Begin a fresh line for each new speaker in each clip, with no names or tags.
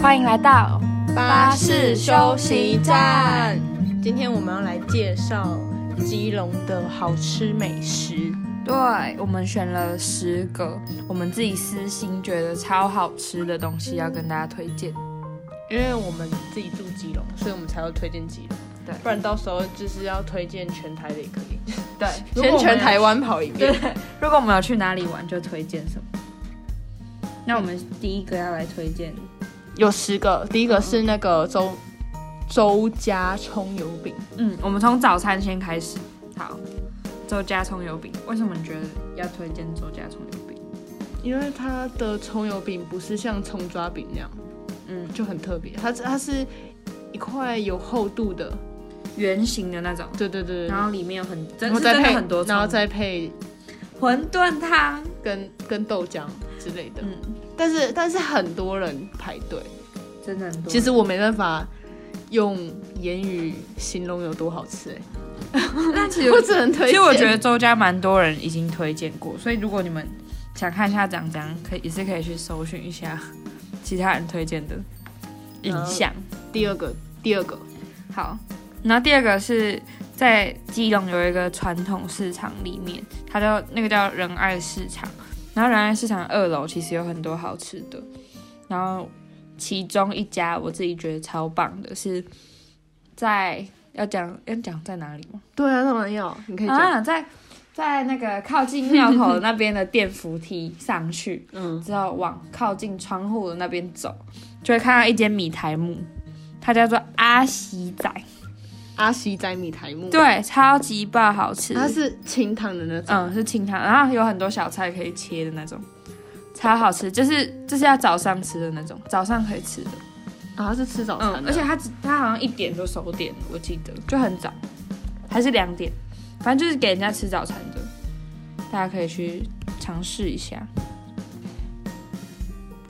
欢迎来到
巴士休息站。今天我们要来介绍基隆的好吃美食。
对，我们选了十个我们自己私心觉得超好吃的东西要跟大家推荐。
因为我们自己住基隆，所以我们才会推荐基隆。
对
不然到时候就是要推荐全台的也可以，
对，
先全台湾跑一遍
对。，如果我们有去哪里玩，就推荐什么。那我们第一个要来推荐，
有十个，第一个是那个周周家葱油饼，
嗯，我们从早餐先开始。好，周家葱油饼，为什么你觉得要推荐周家葱油饼？
因为它的葱油饼不是像葱抓饼那样，
嗯，
就很特别，它它是一块有厚度的，
圆形的那种，
对对对对，
嗯然后里面有很真
然后
是
再
真的
配
很多葱，
然后再配
馄饨汤，
跟跟豆浆之类的，
嗯，
但是但是很多人排队，
真的很多。
其实我没办法用言语形容有多好吃、欸，
那其
我只能推荐。
其实我觉得周家蛮多人已经推荐过，所以如果你们想看一下长怎样，可以也是可以去搜寻一下其他人推荐的影像。
第二个第二个
好，然后第二个是在基隆有一个传统市场里面，它叫那个叫仁爱市场，然后仁爱市场二楼其实有很多好吃的，然后其中一家我自己觉得超棒的是在要讲要讲在哪里吗？
对啊，当然要，你可以讲，
啊，在在那个靠近庙口的那边的电扶梯上去，
嗯，
之后往靠近窗户的那边走，就会看到一间米苔木，它叫做阿喜仔，
阿西仔米苔木，，
对，超级爆好吃，
它是清汤的那种，
嗯是清汤，然后有很多小菜可以切的那种，超好吃，就是就是要早上吃的那种，早上可以吃的，
啊，它是吃早餐的、
嗯，而且它只它好像一点就收店了，我记得就很早，还是两点，反正就是给人家吃早餐的，大家可以去尝试一下。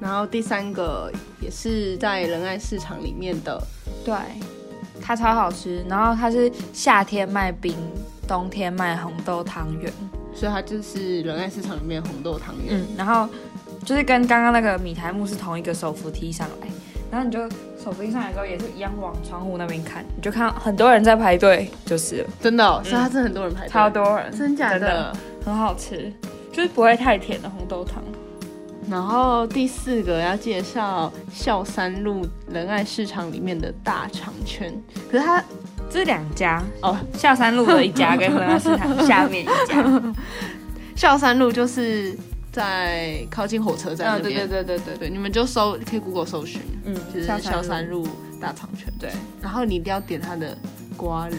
然后第三个也是在仁爱市场里面的，
对，它超好吃，然后它是夏天卖冰，冬天卖红豆汤圆，
所以它就是仁爱市场里面的红豆汤圆。
嗯，然后就是跟刚刚那个米苔木是同一个手扶梯上来，然后你就手扶梯上来之后也是一样往窗户那边看，你就看到很多人在排队，就是了
真的、哦，所以它真的很多人排队，
超多人，
真假
真的很好吃，就是不会太甜的红豆汤。
然后第四个要介绍孝山路仁爱市场里面的大肠圈，可是它
这两家
哦，
下山路的一家跟河南市场下面一 家。
孝山路就是在靠近火车站
嗯，
那
对
边，
对对对对
对
对，
对，你们就搜可以 Google 搜寻，
嗯，
就是孝山路大肠圈，
对，
然后你一定要点它的瓜仁，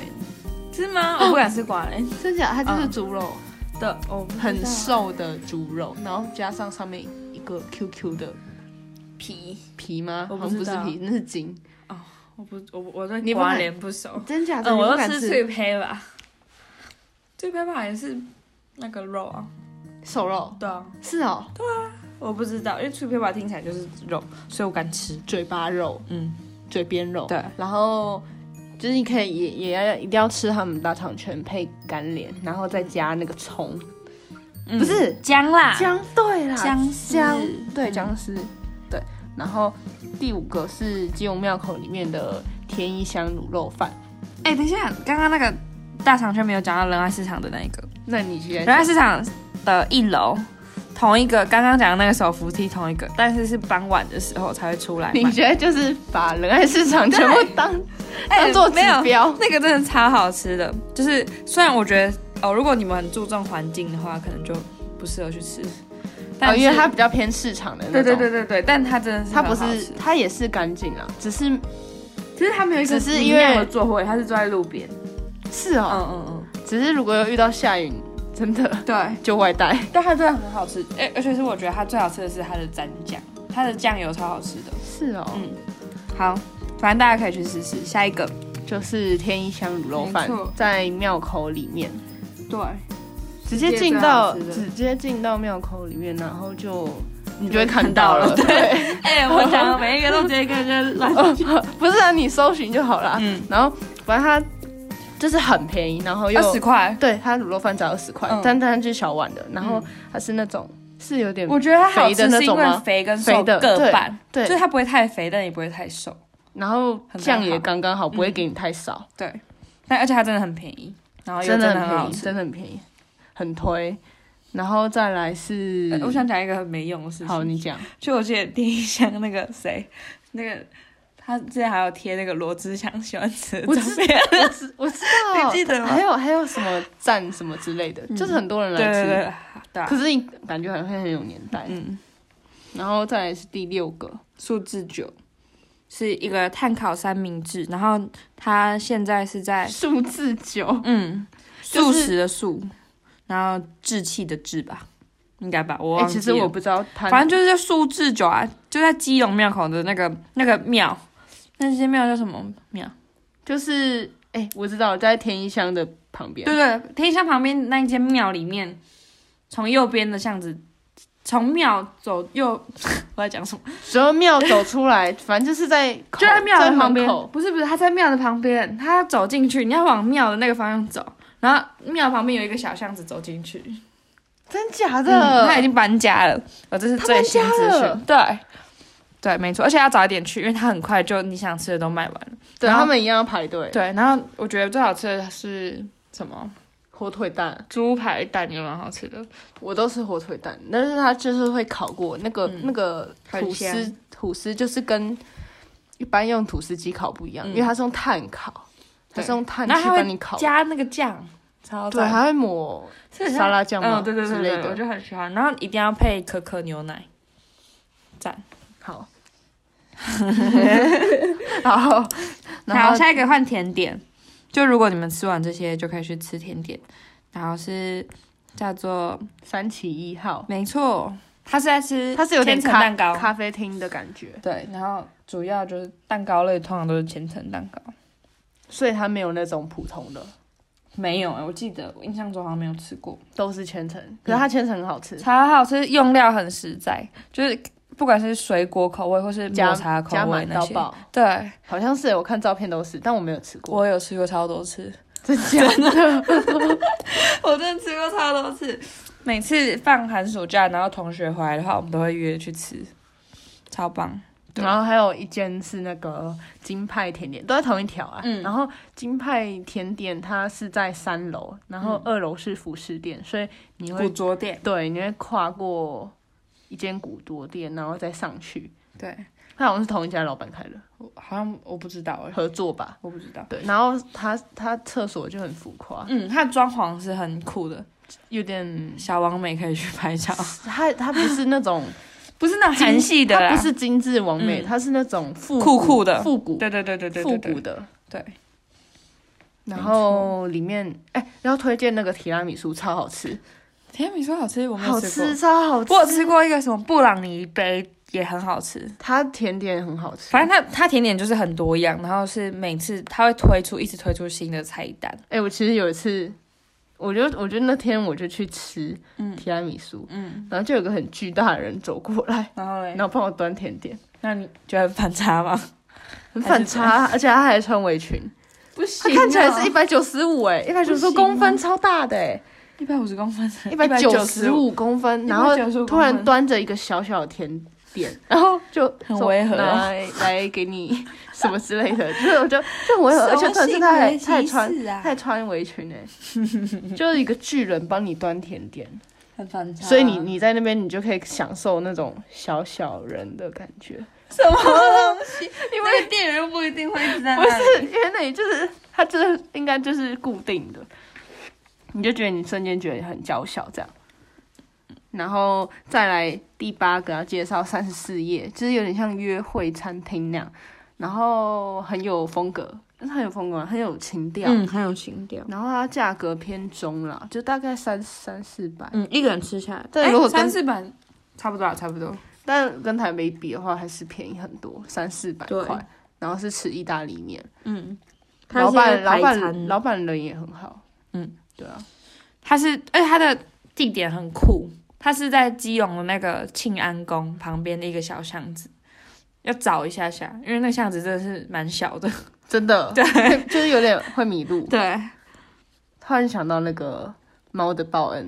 是吗？我不敢吃寡 人
真假？它就是
嗯
猪肉，
的，我不知道
很瘦的猪肉，然后加上上面一个 QQ 的
皮，
皮吗？
我
好
不
像
知
不是
道
皮，那是筋，
我不我我对
你不
寡
敢
人不熟。
真假的？
嗯，
你不
我都
敢
吃脆胚吧，脆胚吧也是那个肉啊，
瘦肉，
对啊，
是哦，
我不知道，因为脆胚吧听起来就是肉，所以我敢吃。
嘴巴肉。
嗯，
嘴边肉，
对，
然后就是你可以也也要一定要吃他们大肠圈配干莲，然后再加那个葱，
嗯
不是
姜啦，
姜，对啦，
姜丝
姜，对
嗯
姜丝，对。然后第五个是基隆庙口里面的天一香卤肉饭，
哎，等一下，刚刚那个大肠圈没有讲到仁爱市场的那一个，
那你觉
仁爱
得？
市场的一楼。同一个刚刚讲的那个手扶梯，同一个，但是是傍晚的时候才会出来卖。
你觉得就是把仁爱市场全部当
哎
当做指
没有
标，哦
那个真的超好吃的，就是虽然我觉得哦，如果你们很注重环境的话，可能就不适合去吃。但
哦，
是、
因为它比较偏市场的
对
那种，
对对对对，但它真的是
它不
很好
是
吃，
它也是干净啊，只是
只是它没有一个
只是
明
因为
亮的座位，它是坐在路边。
是哦，
嗯嗯
只是如果有遇到下雨，真的
嗯，对，
就外带。
但它真的很好吃，哎、而且是我觉得它最好吃的是它的蘸酱，它的酱油超好吃的。
是哦，
嗯好，反正大家可以去试试。下一个，
就是天一香卤肉饭
没错
在庙口里面，
对，
直接进
最
到
好吃的
直接进到庙口里面，然后 就你就
会
会
看
看
到
到
了
了。对，
哎、我讲的每一个都直接跟人 家乱。
不是啊，你搜寻就好啦。
嗯，
然后反正它就是很便宜，然后又
二十块，
对它卤肉饭只要十块
嗯，
但但它就是小碗的，然后
嗯
它是那种是有点
我觉得它好
肥的
吃
那
是因
种
为
吗
肥跟
肥
瘦
的
各半，
对
就是，它不会太肥，但也不会太瘦。
然后
很
酱
刚
也
好
刚刚好，不会
嗯
给你太少，
对，但而且它真的很便宜，然后又
真的
很
很
好
便宜，
吃。
真的很便宜，很推。然后再来是
呃，我想讲一个很没用的事情。
好，你讲
就我记得第一箱那个谁，那个他之前还有贴那个罗志祥喜欢吃的
我
照
知
片，
我知 我知道，
你记得吗
还有还有什么站什么之类的，就是很多人
对
来
对
吃，
对，对啊
可，是你感觉好像很有年代。
嗯，
然后再来是第六个，
数字九是一个碳烤三明治，然后它现在是在
数字九，
嗯
就
素
是
食的素，然后志气的志吧，应该吧，我
哎，
忘记
其
了。
实我不知道它，
反正就是在数字九啊，就在基隆庙口的那个那个庙，那些庙叫什么庙？
就是哎，我知道在天一香的旁边
对，对，天香旁边那一间庙里面，从右边的巷子，从庙走右， 我在讲什么？
蛇庙走出来，反正就是在口
就在庙的旁
门
边
口，
不是不是，他在庙的旁边，他要走进去，你要往庙的那个方向走，然后庙旁边有一个小巷子走进去。
真假
嗯，他已
的？
经搬家了，我哦这是最新资
他
讯
搬。
对，对，没错，而且要早一点去，因为他很快就你想吃的都卖完了。
对，
然后
他们一样要排队。
对，然后我觉得最好吃的是什么？
火腿蛋，
猪排蛋也蛮好吃的，
我都是火腿蛋，但是它就是会烤过那个、那个
很
吐司
香，
吐司就是跟一般用吐司机烤不一样，
嗯
因为它是用炭烤，它是用炭
然
去
后它会
帮你烤，
加那个酱，超
对，还会抹沙拉酱嘛、
嗯，对对对
之类
对，我
的。
就很喜欢。然后一定要配可可牛奶，赞。
好，然后然
好，
后
下一个换甜点，就如果你们吃完这些，就可以去吃甜点。然后是叫做，
三旗一号，
没错，它是在吃，
它是有点
千层
咖
蛋糕，
咖啡厅的感觉，
对，然后主要就是蛋糕类，通常都是千层蛋糕。
所以它没有那种普通的，
没有哎、我记得我印象中好像没有吃过。
都是千层，可是它千层很好吃，
超好吃，用料很实在，就是不管是水果口味或是
加
抹茶口
加
味
满
那
到
些，
爆，
对
好像是我看照片都是，但我没有吃过。
我有吃过超多次，
真假的？
我真的吃过超多次。每次放寒暑假，然后同学回来的话，我们都会约去吃，超棒。对
然后还有一间是那个金派甜点，都在同一条啊。
嗯
然后金派甜点它是在三楼，然后二楼是服饰店，所以你
古
会
着店，
对你会跨过一间古着店，然后再上去。
对，
它好像是同一家老板开的
我好像我不知道哎、
合作吧？
我不知道。
对，然后它它厕所就很浮夸，
嗯，它的装潢是很酷的，
有点
小王美可以去拍照，
它它不是那 种
不是那种韩系的啦，
它不是精致完美，
嗯
它是那种复
酷
古
酷的
复古
对对对对对
复
对
古
对
的。
对，嗯
然后里面哎、然后推荐那个提拉米苏超好吃，
甜米说好吃，我没有
好
吃过
吃，超好吃。
我有吃过一个什么布朗尼杯，也很好吃。
它甜点很好吃。
反正它它甜点就是很多样，然后是每次它会推出，一直推出新的菜单。
哎、我其实有一次，我就我就那天我就去吃
嗯
提拉米苏，
嗯，
然后就有个很巨大的人走过来，
然后嘞
然，后帮我端甜点，
那你觉得反差吗？
很反差，而且他还穿围裙，
不
他
行啊
看起来是一百九十五哎，一百九十
行啊
公分超大的哎、
一百五十公分，
一百九十
五，
五公分，然后
195
突然端着一个小小的甜点， 然后就
很
说
违和哦
来 来给你什么之类 的，就是我就就很违和，而且可是他还他还穿他还
啊，
穿围裙哎， 就是一个巨人帮你端甜点，啊
很反差。
所以你你在那边你就可以享受那种小小人的感觉，
什么东西？因为店员又不一定会一直在
不
那里。
是因为那里就是他就是应该就是固定的，你就觉得你瞬间觉得很娇小这样。然后再来第八个要介绍三十四页，就是有点像约会餐厅那样，然后很有风格，是很有风格吗，很有情调。
嗯，很有情调。
然后它价格偏中啦，就大概三三四百，
嗯，一个人吃下来，
对
哎
如果跟
三四版差不多啊，差不多。
但跟台北比的话还是便宜很多，三四百
对
块。然后是吃意大利面，
嗯，它
老
是一个
板老
排餐
板老板人也很好，
嗯，
对啊，
它是，而且它的地点很酷，它是在基隆的那个庆安宫旁边的一个小巷子，要找一下下，因为那个巷子真的是蛮小的。
真的，对， 就是有点会迷路。
对，
突然想到那个《猫的报恩》，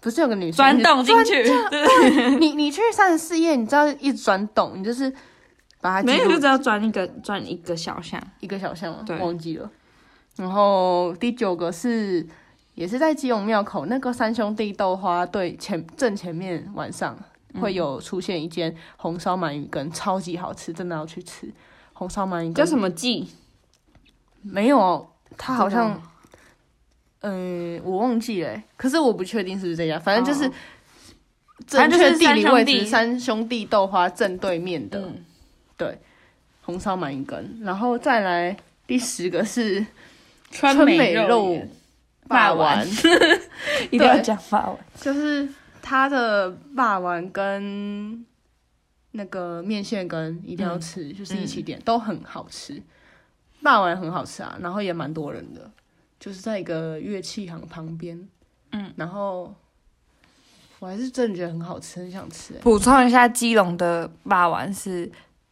不是有个女生
钻洞进去，对对
去，你你去三十四页，你知道一直钻洞，你就是把它
对
记
没有
录
就只要转一个转一个小项，
一个小巷吗
对？
忘记了。然后第九个是也是在基隆庙口那个三兄弟豆花对前正前面晚上会有出现一间红烧鳗鱼羹，超级好吃，真的要去吃红烧鳗鱼羹。
叫什么记？
没有哦，它好
不
像
知道
嗯、我忘记了欸，可是我不确定是不是这家，反正就是
哦
正
反正就
确
是
地理
三兄
位
弟
置三兄弟豆花正对面的。
嗯
红烧鳗鱼羹，然后再来第十个是
川
美
肉
肉霸丸，
一定要讲法文，
就是它的霸丸跟那个面线羹一定要吃，就是一起点，都很好吃。霸丸很好吃啊，然后也蛮多人的，就是在一个乐器行旁边。
嗯，
然后我还是真的觉得很好吃，很想吃、欸。
补充一下，基隆的霸丸是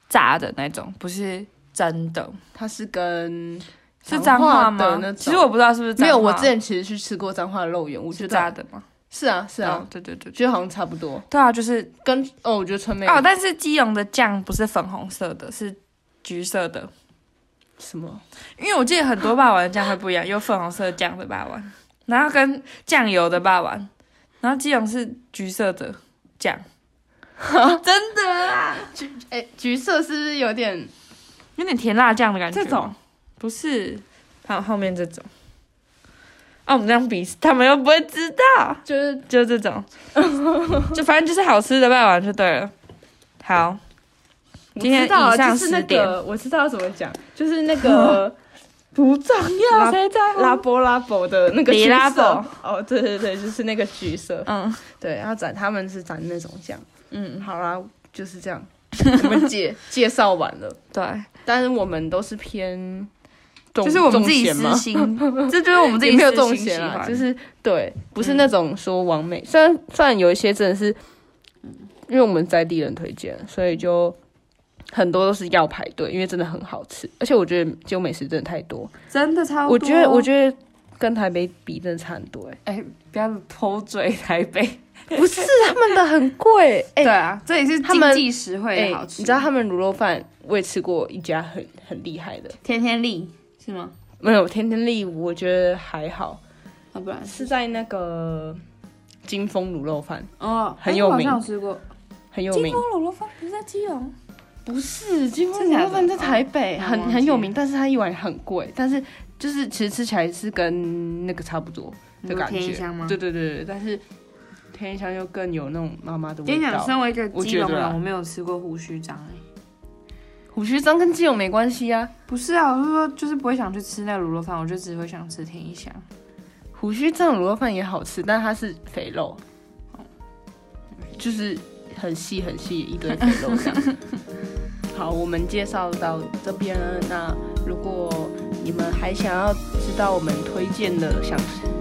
炸的那种，不是真的，
它是跟
是脏话
的
吗
那？种，
其实我不知道是不是脏
没
话
有，我之前其实去吃过彰化的肉圆，我觉
是
得
炸的吗？
是啊是啊
哦，，对对对，
觉得好像差不多，
对啊，就是
跟哦，我觉得春妹
哦，但是基隆的酱不是粉红色的，是橘色的，
什么
因为我记得很多霸王的酱会不一样，有粉红色酱的霸王，然后跟酱油的霸王，然后基隆是橘色的酱，真的啊，
橘哎、橘色是不是有点
有点甜辣酱的感觉。
这种
不是，好后面这种。啊，我们这样比，他们又不会知道，
就是
就这 种，就反正就是好吃的霸王就对了。好，今天
我知道啊
以上
就是那
10点
个我知道怎么讲，就是那个 不重
拉
要，谁在乎拉波拉波的那个
里
橘
拉
色
伯
哦，对对对，就是那个橘色，
嗯
对，然后展他们是展那种酱，
嗯，
好啦，就是这样， 我们介介绍完了，
对。
但是我们都是偏中。
就是我们自己
中咸吗
私心， 这就是我们自己
也没有
私
这种
心喜
嫌啊，
欢嗯
就是对，不是那种说完美，虽然虽然有一些真的是，因为我们在地人推荐，所以就很多都是要排队，因为真的很好吃，而且我觉得就美食真的太多，
真的超多哦
我觉得我觉得跟台北比真的差很 多、
哎、不要偷嘴台北。
哎，不是他们的很贵， 哎、
对啊，这也是
他
经
们
济实惠
哎、
的好吃。
你知道他们卤肉饭，我也吃过一家很很厉害的，
甜甜力是吗？
没有天天利，我觉得还好，
啊，不然
是在那个金丰卤肉饭
哦，
很有名
哎我好像有吃过
很有
金
名
丰。哦卤肉饭，不是在基隆。
不是金
真
丰
的
牛
假
肉饭
的
在台北
哦
很
忘记
很有
了
名，但是它一碗很贵，但是就是其实吃起来是跟那个差不多
你
的
说
感觉。
天一香吗
对对对对，但是天一香又更有那种妈妈的
跟
味
你讲，
道。
身为一个基
我
隆
觉得啊
人，我没有吃过胡须章哎、
虎须章跟基友没关系啊，
不是啊，我是说就是不会想去吃那个卤肉饭，我就只会想吃甜一香。
虎须章卤肉饭也好吃，但它是肥肉，就是很细很细一堆肥肉这样。 好，我们介绍到这边了。那如果你们还想要知道我们推荐的，想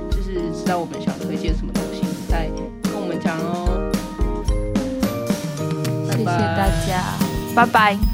就是知道我们想推荐什么东西，再跟我们讲哦。拜拜
家，拜拜。